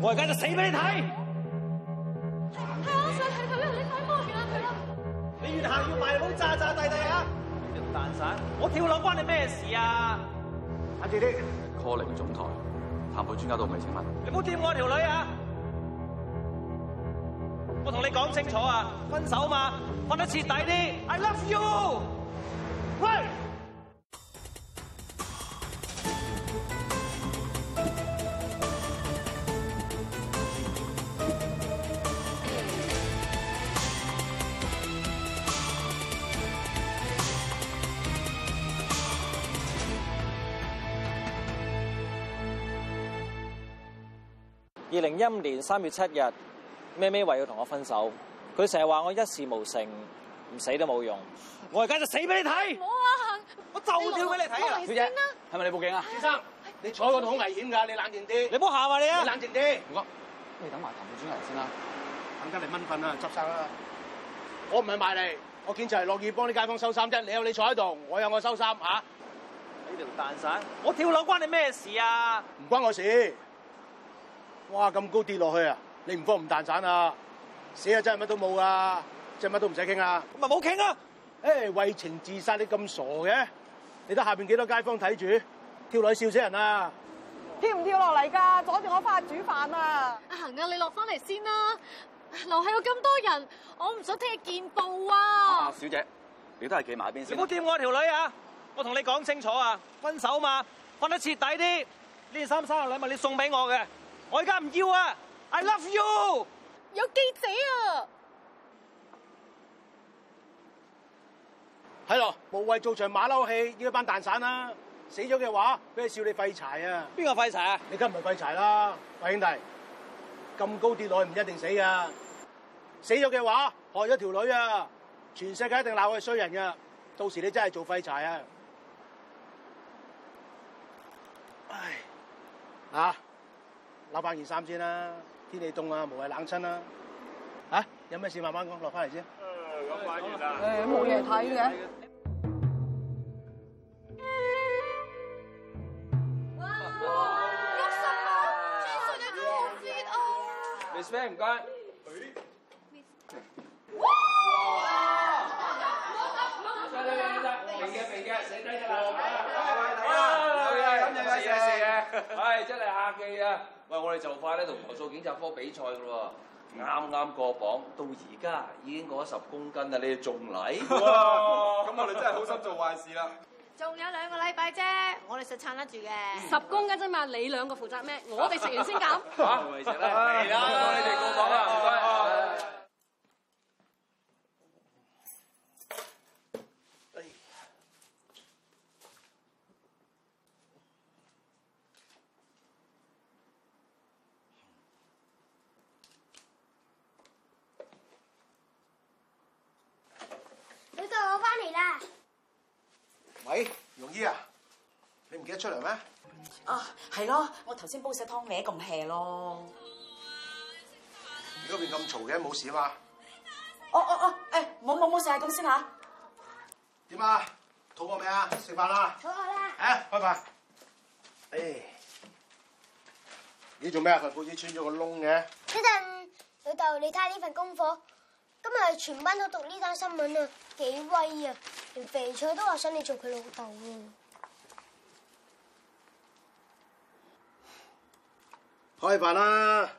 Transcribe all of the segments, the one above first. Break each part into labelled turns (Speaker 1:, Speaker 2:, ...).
Speaker 1: 我而家就死俾你睇！
Speaker 2: 係啊，我想睇佢啦，你快幫我見下佢啦。
Speaker 1: 你月下要賣佬炸炸地地啊！人蛋散，我跳樓關你咩事啊？睇住啲，
Speaker 3: calling 總台，談判專家到未？請問
Speaker 1: 你唔好掂我條女啊！我同你講清楚啊，分手嘛，分得徹底啲。I love you。喂！二零一五年三月七日，咩咩話要同我分手，佢成日話我一事無成，唔死都冇用。我而家就死俾你睇
Speaker 2: 唔，好啊，
Speaker 1: 我就跳俾你睇啊！
Speaker 2: 小姐，
Speaker 3: 係咪你報警啊？
Speaker 4: 先生，你坐嗰度好危險㗎，你冷靜啲，
Speaker 1: 你唔好喊啊你
Speaker 4: 你
Speaker 1: 啊！
Speaker 4: 冷靜啲，
Speaker 3: 唔該，你等埋談判專家嚟先啦。
Speaker 4: 等得你蚊瞓啊，執生啦。我唔係賣你，我見就係樂意幫啲街坊收衫啫。你有你坐喺度，我有我收衫嚇，
Speaker 1: 你條蛋散，啊我跳樓關你咩事啊？
Speaker 4: 唔關我事。哇，咁高跌落去啊！你唔慌唔彈散啊！死啊，真係乜都冇啊，真係乜都唔使傾啊！
Speaker 1: 咪冇傾啊！
Speaker 4: 誒，為情自殺你咁傻嘅？你得下邊幾多街坊睇住，跳落去笑死人啊！
Speaker 5: 跳唔跳落嚟㗎？阻住我翻去煮飯啊！
Speaker 2: 阿恒啊，你落翻嚟先啦。留喺度咁多人，我唔想聽日見報啊！
Speaker 3: 小姐，你都係企埋一邊
Speaker 1: 你
Speaker 3: 先
Speaker 1: 唔好
Speaker 3: 啦。
Speaker 1: 掂我條女啊！我同你講清楚啊，分手嘛，分得徹底啲。呢件衫生日禮物你送俾我嘅，我而家唔要啊！I love you。
Speaker 2: 有記者啊！
Speaker 4: 係咯，無謂做場馬騮戲，要一班蛋散啦、死咗嘅話，俾佢笑你廢柴啊！
Speaker 1: 邊個廢柴啊？
Speaker 4: 你梗唔係廢柴啦，喂兄弟，咁高跌落去唔一定死噶，死咗嘅話害咗條女啊，全世界一定鬧佢衰人噶，到時你真係做廢柴啊！唉，啊，攞翻件衫先啦，天氣凍啊，無謂冷親啦，啊，有咩事慢慢講，落翻嚟先。
Speaker 5: 誒，冇嘢睇嘅。
Speaker 2: 六十蚊，天上有個王節啊！
Speaker 1: Miss Fan 唔該。
Speaker 6: 唉，真係客氣啊！喂，我哋就快咧同投訴警察科比賽噶咯喎，啱啱過磅，到而家已經過咗十公斤啦，你哋仲嚟？
Speaker 3: 咁我哋真係好心做壞事啦。
Speaker 7: 仲有兩個禮拜啫，我哋實撐得住嘅。
Speaker 2: 十公斤啫嘛，你兩個負責咩？我哋食完 先減。
Speaker 6: 嚇，為食啦，嚟啦，你哋過磅啦，唔該。
Speaker 7: 老豆，我翻嚟啦。
Speaker 4: 喂，容姨啊，你唔記得出糧咩？
Speaker 8: 啊，係咯，我頭先煲晒湯你咁 hea 咯。
Speaker 4: 你嗰邊咁嘈嘅，冇事啊嘛？
Speaker 8: 哦哦哦，誒，冇冇冇晒咁先吓。
Speaker 4: 點啊？肚餓未啊？食飯啦！
Speaker 7: 好好啦，
Speaker 4: 啊，拜拜。誒，你做咩啊？份報紙穿咗個窿嘅。
Speaker 7: 等陣，老豆，你睇下呢份功課，今日全班都讀呢單新聞啊，幾威啊！連肥菜都話想你做佢老豆啊！
Speaker 4: 開飯啦！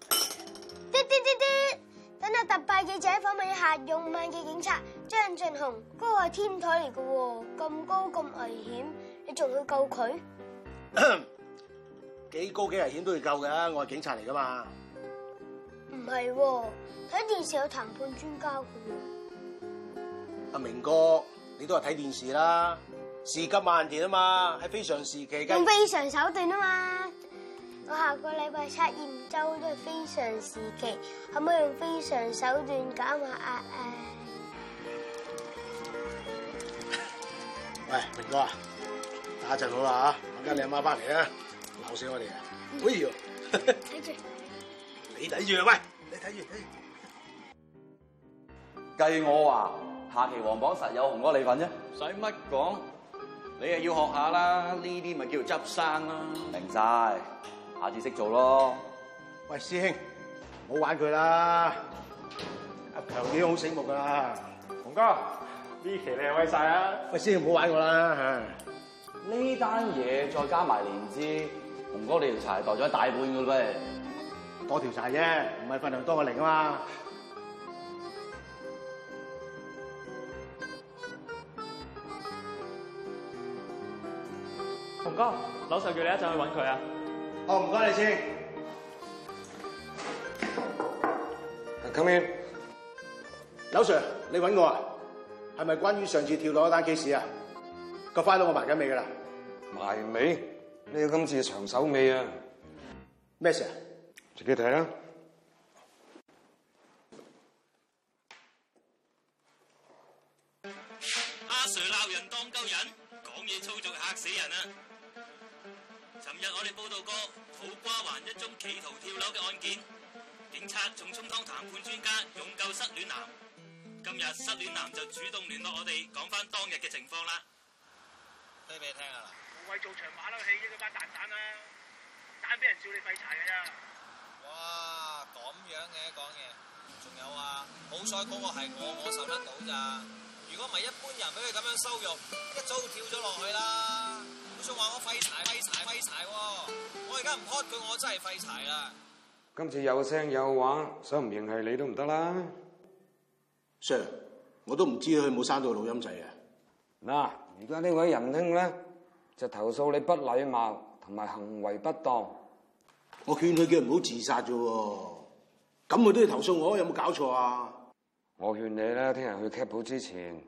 Speaker 7: 嘟嘟嘟嘟，等下特派記者訪問一下勇猛嘅警察張俊雄，嗰個係天台嚟嘅喎，咁高咁危險，你仲去救佢？
Speaker 4: 幾高幾危險都要救嘅，我係警察嚟噶嘛。
Speaker 7: 唔係喎，睇電視有談判專家嘅喎。
Speaker 4: 阿明哥，你都係睇電視啦，時急萬田啊嘛，喺非常時期嘅。
Speaker 7: 用非常手段啊嘛！我下個禮拜測驗周都係非常時期，可唔可以用非常手段減下壓啊？
Speaker 4: 喂，明哥啊，打陣好啦嚇，我跟你阿媽翻嚟啦，鬧死我哋啊！哎呦，
Speaker 7: 睇住，
Speaker 4: 你睇住啊，喂，你睇住，睇住。
Speaker 3: 計我話下期黃榜實有紅哥你份啫，
Speaker 6: 使乜講？你又要學下啦，呢啲咪叫執生啦。
Speaker 3: 明晒。下次識做咯。
Speaker 4: 喂，師兄，唔好玩佢啦，阿強已經好醒目噶啦。洪哥，呢期你威晒啊！喂，師兄唔好玩我啦嚇。
Speaker 3: 呢單嘢再加埋連枝，洪哥你條柴袋咗一大半噶啦噃。
Speaker 4: 多條柴啫，唔係份量多過零啊嘛。
Speaker 9: 洪哥，樓上叫你一陣去揾佢啊！
Speaker 4: 哦，唔該你先。Come in。柳 Sir，你揾我啊？係咪關於上次跳樓嗰單 case 啊？個 file 我埋緊尾㗎啦。
Speaker 10: 埋尾，呢個今次長手尾啊！
Speaker 4: 咩事啊？
Speaker 10: 自己睇啊啦。
Speaker 11: 阿 Sir 鬧人當鳩人，講嘢粗俗嚇死人啊！尋日我哋報道過土瓜灣一宗企圖跳樓嘅案件，警察仲充當談判專家，勇救失戀男。今日失戀男就主動聯絡我哋，講翻當日嘅情況啦。推俾你聽啊！
Speaker 4: 無謂做場馬騮戲，嗰班蛋散啦，蛋俾人笑你廢柴㗎咋。
Speaker 11: 哇，咁樣嘅講嘢，仲有啊，好彩嗰個係我，我受得到咋。如果唔係一般人俾佢咁樣羞辱，一早跳咗落去啦。佢仲話我廢柴廢柴廢柴喎，我而家唔 cut 佢，我真係廢柴啦。
Speaker 10: 今次有聲有畫，想唔認係你都唔得啦。
Speaker 4: Sir，我都唔知佢冇生到個錄音仔啊。
Speaker 10: 嗱，而家呢位仁兄咧，就投訴你不禮貌同埋行為不當。
Speaker 4: 我勸佢叫唔好自殺啫喎，咁佢都要投訴我，有冇搞錯啊？
Speaker 10: 我勸你咧，聽日去 cap 鋪之前，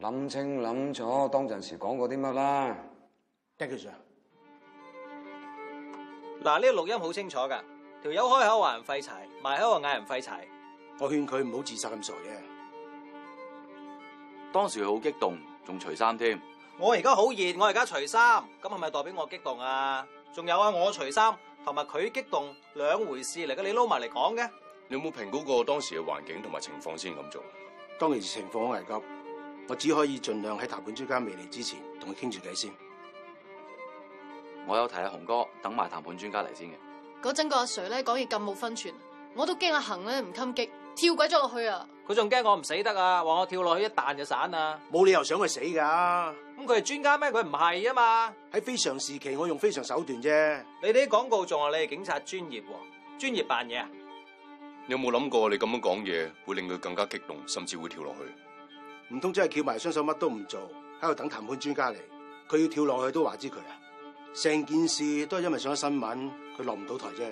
Speaker 10: 諗清諗楚當陣時講過啲乜啦。
Speaker 4: Thank you sir。
Speaker 1: 嗱，呢個錄音好清楚㗎，條友開口話人廢柴，埋口話嗌人廢柴。
Speaker 4: 我勸佢唔好自殺咁傻啫。
Speaker 3: 當時佢好激動，仲除衫添。
Speaker 1: 我而家好熱，我而家除衫，咁係咪代表我激動啊？仲有啊，我除衫同埋佢激動兩回事嚟嘅，你撈埋嚟講嘅。
Speaker 12: 你有冇評估過當時嘅環境同埋情況先咁做？
Speaker 4: 當其時情況好危急，我只可以盡量喺談判專家未嚟之前同佢傾住偈先。
Speaker 3: 我有提阿洪哥，等埋談判專家嚟先嘅。
Speaker 2: 嗰陣個阿 Sir 咧講嘢咁冇分寸，我都驚阿恒咧唔襟激，跳鬼咗落去啊！
Speaker 1: 佢仲驚我唔死得啊，話我跳落去一彈就散啊。
Speaker 4: 冇理由想佢死㗎。
Speaker 1: 咁佢係專家咩？佢唔係啊嘛。
Speaker 4: 喺非常時期，我用非常手段啫。
Speaker 1: 你哋啲廣告仲話你係警察專業喎，專業扮嘢啊？
Speaker 12: 你有冇諗過你咁樣講嘢會令佢更加激動，甚至會跳落去？
Speaker 4: 唔通真係翹埋雙手乜都唔做，喺度等談判專家嚟？佢要跳落去都話知佢啊！成件事都係因為上咗新聞，佢落唔到台啫。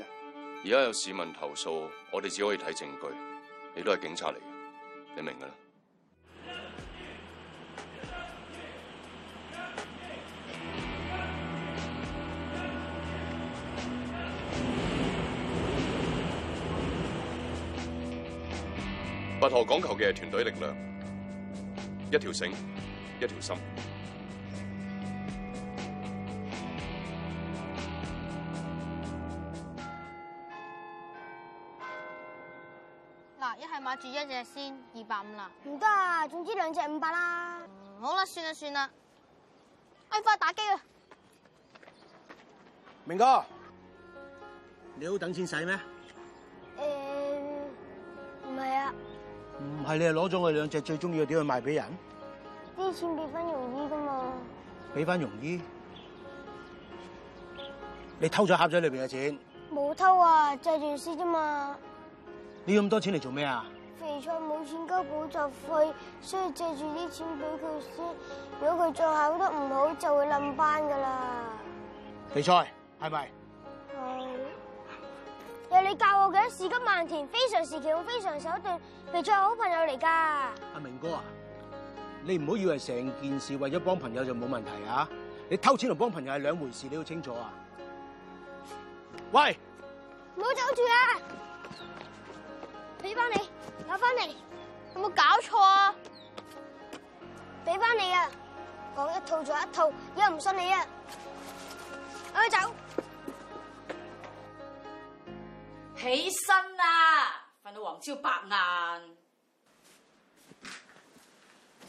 Speaker 12: 而家有市民投訴，我哋只可以睇證據。你都係警察嚟嘅，你明㗎啦。拔河講求嘅係團隊力量，一條繩，一條心。
Speaker 13: 嗱，一係買住一隻先，二百五啦。嗯
Speaker 7: 唔得啊，總之兩隻五百啦。
Speaker 13: 好啦，算啦算啦，哎，快打機啊！
Speaker 4: 明哥，你好等錢使咩？
Speaker 7: 誒、唔係啊，
Speaker 4: 唔係你係攞咗我兩隻最中意嘅碟去賣俾人，
Speaker 7: 啲錢俾翻容姨噶嘛。
Speaker 4: 俾翻容姨。你偷咗盒仔裏邊嘅錢，
Speaker 7: 冇偷啊，借住先啫嘛。
Speaker 4: 你要咁多錢嚟做咩啊？
Speaker 7: 肥菜冇錢交補習費，所以借住啲錢俾佢先。如果佢再考得唔好，就會冧班噶啦。
Speaker 4: 肥菜係咪？
Speaker 7: 有你教我嘅事急萬田，非常時期用非常手段，肥菜係好朋友嚟㗎。
Speaker 4: 阿明哥啊，你唔好以為成件事為咗幫朋友就冇問題啊！你偷錢同幫朋友係兩回事，你要清楚啊！喂，
Speaker 7: 唔好走住啊！俾翻你，攞翻嚟，
Speaker 13: 有冇搞錯啊？
Speaker 7: 俾翻你啊！講一套做一套，而家唔信你啊！我去走。
Speaker 8: 起身啦，瞓到黃朝白晏。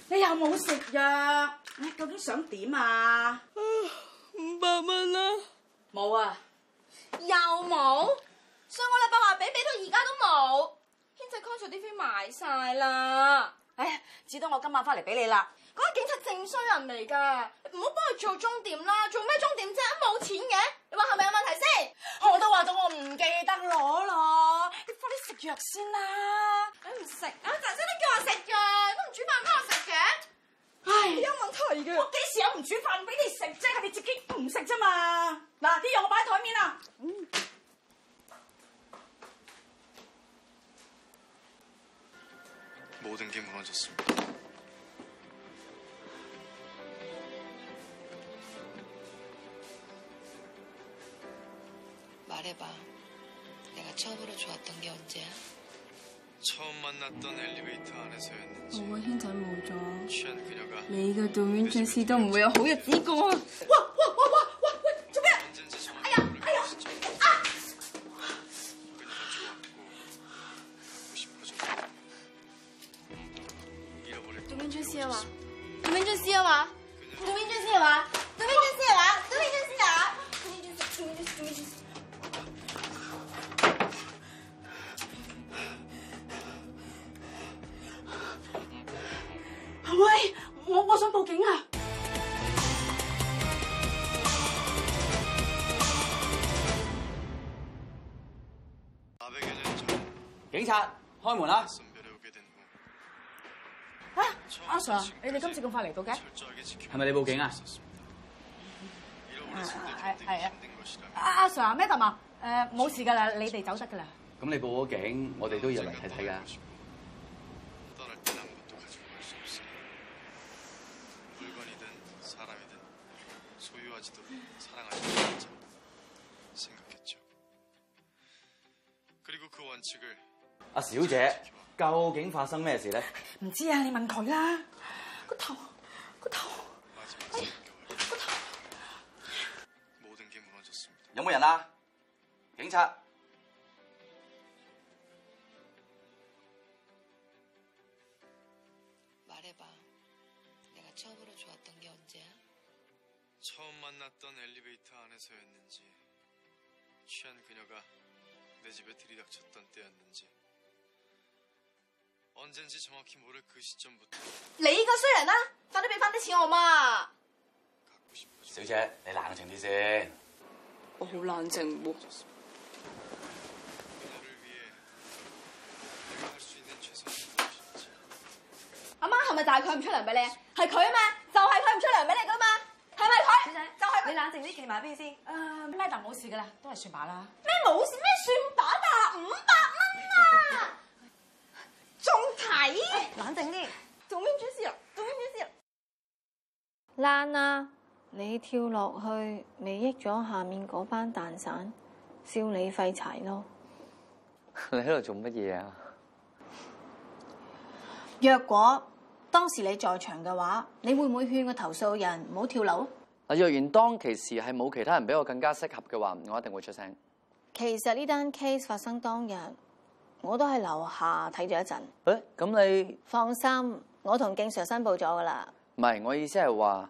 Speaker 8: 你又冇食藥，你究竟想點啊？
Speaker 14: 五百蚊啦，
Speaker 8: 冇啊！又冇，上個禮拜話俾俾到而家都冇，牽制 contract 啲飛賣晒啦。唉，至多我今晚翻嚟俾你啦。嗰個警察正衰人嚟㗎，唔好幫佢做鐘點啦，做咩鐘點啫？冇錢嘅，你話係咪有問題先？我都話咗我唔記得攞咯，你快啲食藥先啦。唉，唔食啊！頭先都叫我食嘅，都唔煮飯俾我食嘅。唉，有問題嘅。我幾時有唔煮飯俾你食啫？係你自己唔食啫嘛。嗱，啲藥我擺喺台面啦。
Speaker 14: 모든 게 무너졌습니다.
Speaker 15: 말해봐. 내가 처음으로 좋았던 게 언제야?
Speaker 14: 처음 만났던 엘리베이터 안에서였는데
Speaker 16: 我個圈仔冇咗，
Speaker 14: 취한 그녀가
Speaker 16: 你嘅做面最事都唔會有好日子過啊！
Speaker 8: 哇哇哇哇哇喂，
Speaker 13: 啊
Speaker 8: 做咩？哎呀哎呀啊！
Speaker 13: 哎 도민준 씨의 와. 도민준 씨의 와. 도민준 씨의 와. 도민준 씨의 와. 도민준 씨의 와. 도민준 씨, 도민준 씨, 도민준 씨.
Speaker 8: 喂，我我想報警啊！
Speaker 3: 警察開門啦！
Speaker 8: 啊，阿 Sir，你哋今次咁快嚟到嘅？
Speaker 3: 係咪你報警啊？
Speaker 8: 係係啊，阿阿 Sir 啊，Madam 啊，誒冇事㗎啦，你哋走得㗎啦。
Speaker 3: 咁你報咗警，我哋都要嚟睇睇㗎。
Speaker 14: 떠날 땐 아무것도 가지고 갈 수 없어. 물건이든 사람이든 소유하지도 사랑하지도 않자 생각했죠. 그리고 그 원칙을
Speaker 3: 阿小姐，究竟發生咩事咧？
Speaker 8: 唔知啊，你問佢啦。個頭，個頭，
Speaker 14: 모든 게 무너졌습니다.
Speaker 6: 有冇人啊？警察，
Speaker 15: 말해봐. 내가 처음으로 좋았던 게 언제야?
Speaker 14: 처음 만났던 엘리베이터 안에서였는지 취한 그녀가 내 집에 들이닥쳤던 때였는지 언젠지 정확히 모를 그 시점부터
Speaker 8: 你個衰人啦，快啲俾翻啲錢我嘛！
Speaker 6: 小姐，你冷靜啲先。
Speaker 15: 我好冷靜喎。
Speaker 8: 阿媽係咪就係佢唔出糧俾你？係佢啊嘛，就係佢唔出糧俾你噶嘛，係咪佢？小姐，就係你冷靜啲，企埋一邊先。啊，Madam 冇事噶啦，都係算把啦。咩冇事？咩算把啊？五百蚊啊！仲睇？冷靜啲。做咩主持人？啊做咩主持人？
Speaker 17: 躝啦！你跳落去，咪益咗下面嗰班蛋散，燒你廢柴咯！
Speaker 18: 你喺度做乜嘢啊？
Speaker 19: 若果當時你在場嘅話，你會唔會勸個投訴人唔好跳樓？
Speaker 18: 嗱，若然當其時係冇其他人比我更加適合嘅話，我一定會出聲。
Speaker 17: 其實呢單 case 發生當日，我都喺樓下睇咗一陣。
Speaker 18: 誒、咁你
Speaker 17: 放心，我同敬 Sir 申報咗噶啦。
Speaker 18: 唔係我意思係話，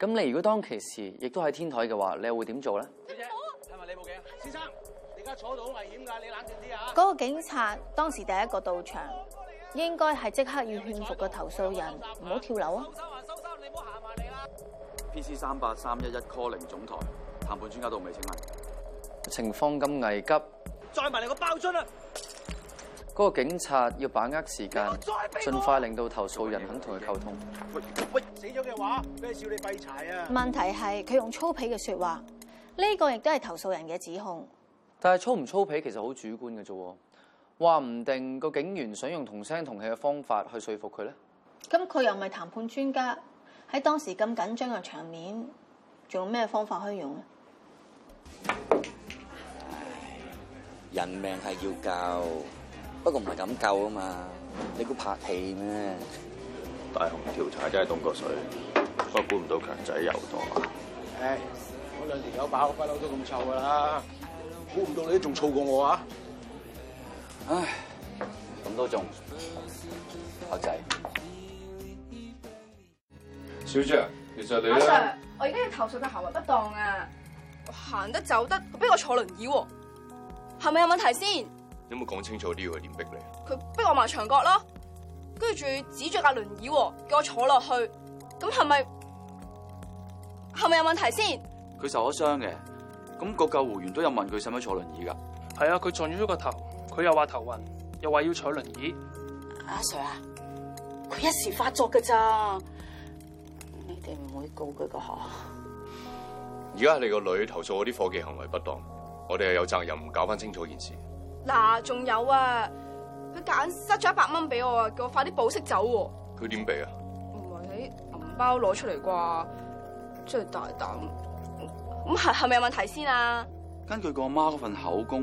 Speaker 18: 咁你如果當其時亦都喺天台嘅話，你又會點做咧？
Speaker 4: 小姐，係咪你報警？先生，你而家坐到好危險㗎，你冷靜啲啊！
Speaker 17: 嗰個警察當時第一個到場，應該係即刻要勸服個投訴人唔好跳樓啊！
Speaker 6: PC 三八三一一 call 零總台，談判專家到未？請問
Speaker 18: 情況咁危急，
Speaker 1: 再埋你個包樽啊！
Speaker 18: 嗰、個警察要把握時間
Speaker 4: 再俾，我
Speaker 18: 盡快令到投訴人肯同佢溝通。
Speaker 4: 喂，死咗嘅話，佢係笑你廢柴啊！
Speaker 17: 問題係佢用粗鄙嘅説話，呢個亦都係投訴人嘅指控。
Speaker 18: 但係粗唔粗鄙其實好主觀嘅啫喎，話唔定個警員想用同聲同氣嘅方法去說服佢咧。
Speaker 17: 咁佢又唔係談判專家，喺當時咁緊張嘅場面，仲有咩方法可以用咧？
Speaker 20: 人命係要救，不過唔係咁救啊嘛。你估拍戲咩？
Speaker 21: 大雄調查真係凍過水，不過估唔到強仔又多。
Speaker 4: 唉，嗰兩條友把口不嬲都咁臭㗎啦，估唔到你都仲燥過我啊！
Speaker 3: 唉，咁都中，學仔。
Speaker 22: 小姐，其實你
Speaker 8: 阿
Speaker 22: 咧
Speaker 8: Sir，我而家要投訴佢行為不當啊！
Speaker 13: 行得走得，佢逼我坐輪椅喎，係咪有問題先？
Speaker 12: 有冇講清楚呢個係點逼你？
Speaker 13: 佢逼我埋牆角咯，跟住指住架輪椅喎，叫我坐落去，咁係咪係咪有問題先？
Speaker 6: 佢受咗傷嘅，咁個救護員都有問佢使唔使坐輪椅㗎。
Speaker 5: 係啊，佢撞咗個頭，佢又話頭暈，又話要坐輪椅。
Speaker 8: 阿 Sir 啊，佢一時發作㗎咋，你哋唔會告佢個嗬？
Speaker 12: 而家係你個女投訴我啲伙計行為不當，我哋係有責任搞翻清楚件事。
Speaker 13: 嗱，仲有啊，佢夾硬塞咗一百蚊俾我啊，叫我快啲保釋走喎、
Speaker 12: 佢點俾啊？
Speaker 13: 唔係你銀包攞出嚟啩，真係大膽。咁係係咪有問題先啊？
Speaker 6: 根據個媽嗰份口供，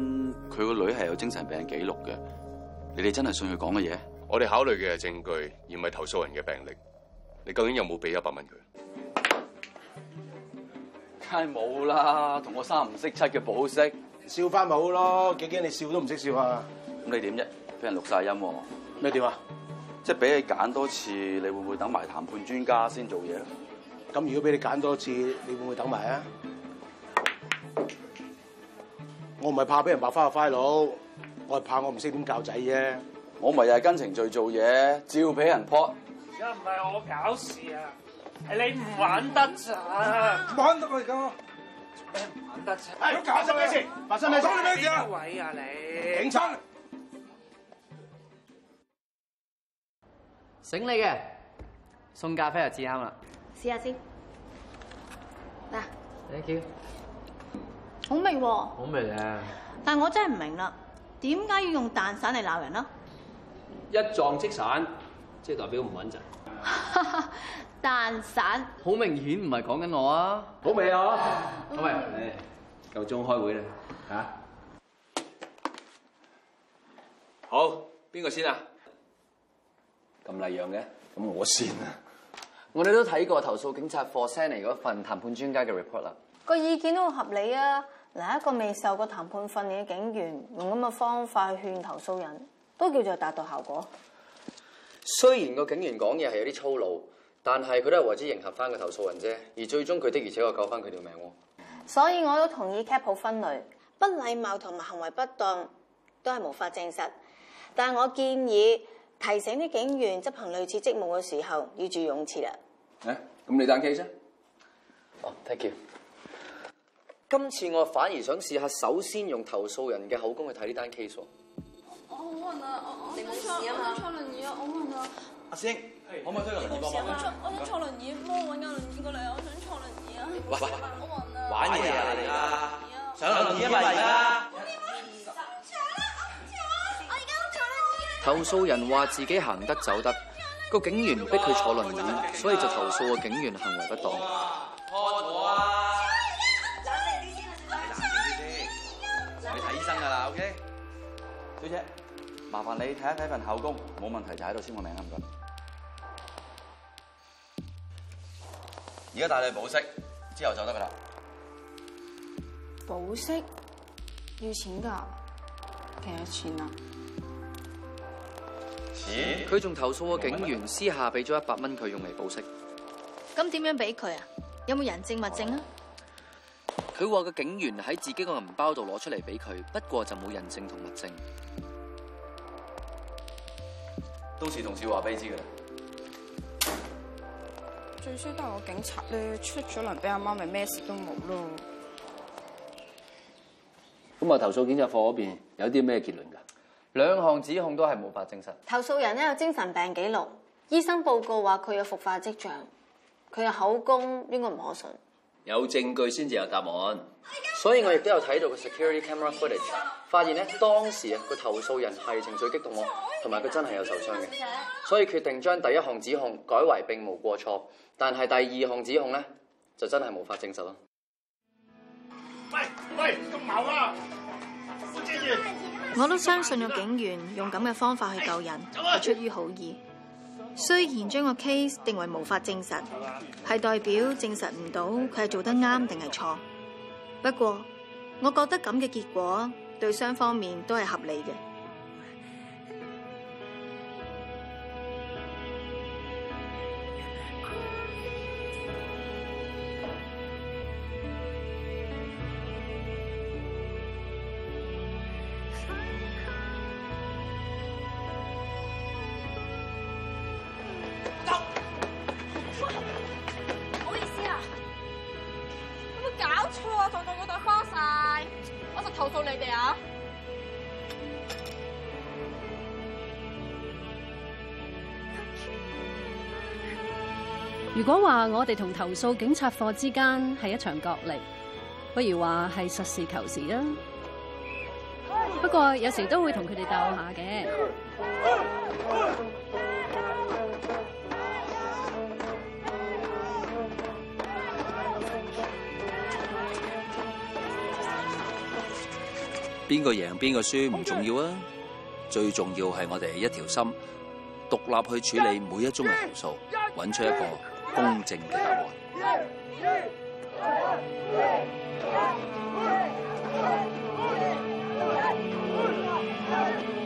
Speaker 6: 佢個女係有精神病記錄嘅。你哋真係信佢講嘅嘢？
Speaker 12: 我哋考慮嘅係證據，而唔係投訴人嘅病歷。你究竟有冇俾一百蚊佢？
Speaker 3: 梗係冇啦，同我三唔識七嘅保釋，
Speaker 4: 笑翻咪好咯，幾驚你笑都唔識笑啊！
Speaker 3: 咁你點啫？俾人錄晒音喎，
Speaker 4: 咩點啊？
Speaker 3: 即係俾你揀多次，你會唔會等埋談判專家先做嘢咧？
Speaker 4: 咁如果俾你揀多次，你會唔會等埋啊？我唔係怕俾人白花個 file，我係怕我唔識點教仔啫。
Speaker 3: 我咪又係跟程序做嘢，照俾人 pot。
Speaker 5: 而家唔係我搞事啊，係你唔玩得咋？唔
Speaker 22: 玩得啊而家。
Speaker 5: 咩唔玩得咋？
Speaker 4: 係發生咩事發生咩事
Speaker 5: 關你咩事啊？位啊你！
Speaker 4: 警察。
Speaker 23: 醒你嘅，送咖啡就至啱啦。
Speaker 8: 試下先，
Speaker 19: 嗱，
Speaker 23: Thank you，
Speaker 19: 好味喎！
Speaker 23: 好味啊！
Speaker 19: 但我真係唔明啦，點解要用蛋散嚟鬧人啦？
Speaker 23: 一撞即散，即係代表唔穩陣。
Speaker 17: 啊
Speaker 19: 蛋散
Speaker 23: 好明顯唔係講緊我啊！好味啊！好味，夠鐘開會啦嚇。
Speaker 6: 好，邊個先啊？
Speaker 18: 咁禮讓嘅，咁我先啊！我哋都睇過投訴警察課 s e n 嚟嗰份談判專家嘅 report 啦。
Speaker 16: 個意見都好合理啊！嗱，一個未受過談判訓練嘅警員，用咁嘅方法去勸投訴人，都叫做達到效果。
Speaker 18: 雖然個警員講嘢係有啲粗魯，但係佢都係為之迎合翻個投訴人啫。而最終佢的而且確救翻佢條命喎。
Speaker 16: 所以我都同意 cap 好分類，不禮貌同埋行為不當都係無法證實。但係我建議提醒啲警員執行類似職務嘅時候要注意用詞啦。
Speaker 6: 誒，咁你單 case 啊啫。
Speaker 18: 哦，thank you。今次我反而想試下，首先用投訴人嘅口供去睇呢單 case 喎。
Speaker 13: 我好暈啊！我我想坐我想坐輪椅啊！我暈啊！
Speaker 3: 阿師兄，可唔可以推個輪椅幫
Speaker 4: 啊
Speaker 13: 我
Speaker 3: 幫
Speaker 13: 想我想坐輪椅，幫我揾架輪椅過嚟啊！我想坐輪椅啊！
Speaker 3: 喂喂
Speaker 13: 我暈啊！
Speaker 3: 玩嘢啊你啊！上輪椅啊嘛 而家！
Speaker 18: 投訴人話自己行得走得，個警員逼佢坐輪椅，所以就投訴個警員行為不當。
Speaker 4: 啊
Speaker 3: 你睇醫生㗎啦，OK？小姐，麻煩你睇一睇份口供，冇問題就喺度簽個名啦，唔該。而家帶你去保釋，之後就得㗎啦。
Speaker 16: 保釋要錢㗎，幾多錢啊？
Speaker 18: 佢仲投訴個警員私下俾咗一百蚊佢用嚟保釋。
Speaker 19: 咁點樣俾佢啊？有冇人證物證啊？
Speaker 18: 佢話個警員喺自己個銀包度攞出嚟俾佢，不過就冇人證同物證。
Speaker 3: 到時同事話俾你知㗎啦。
Speaker 13: 最衰都係我警察咧，出咗糧俾阿媽咪咩事都冇咯。
Speaker 23: 咁啊，投訴警察課嗰邊有啲咩結論㗎？
Speaker 18: 兩項指控都係無法證實。
Speaker 16: 投訴人咧有精神病記錄，醫生報告話佢有復發跡象，佢嘅口供應該唔可信。
Speaker 23: 有證據先至有答案。
Speaker 18: 所以我亦都有睇到個 security camera footage，發現咧當時啊個投訴人係情緒激動喎，同埋佢真係有受傷嘅，所以決定將第一項指控改為並無過錯，但係第二項指控咧就真係無法證實咯。
Speaker 4: 喂喂，咁矛啊！我知住。
Speaker 17: 我都相信個警員用咁嘅方法去救人係出於好意。雖然將個 case 定為無法證實，係代表證實唔到佢係做得啱定係錯。不過，我覺得咁嘅結果對雙方面都係合理嘅。
Speaker 24: Hãy subscribe cho kênh Ghiền Mì Gõ Để không bỏ lỡ
Speaker 13: 啊
Speaker 8: 報告你哋啊！
Speaker 9: 如果話我哋同投訴警察課之間係一場角力，不如話係實事求是啊。不過有時都會同佢哋鬥下嘅。
Speaker 6: 邊個贏邊個輸唔重要啊，最重要係我哋一條心，獨立去處理每一宗嘅投訴，揾出一個公正嘅答案。
Speaker 11: Yeah.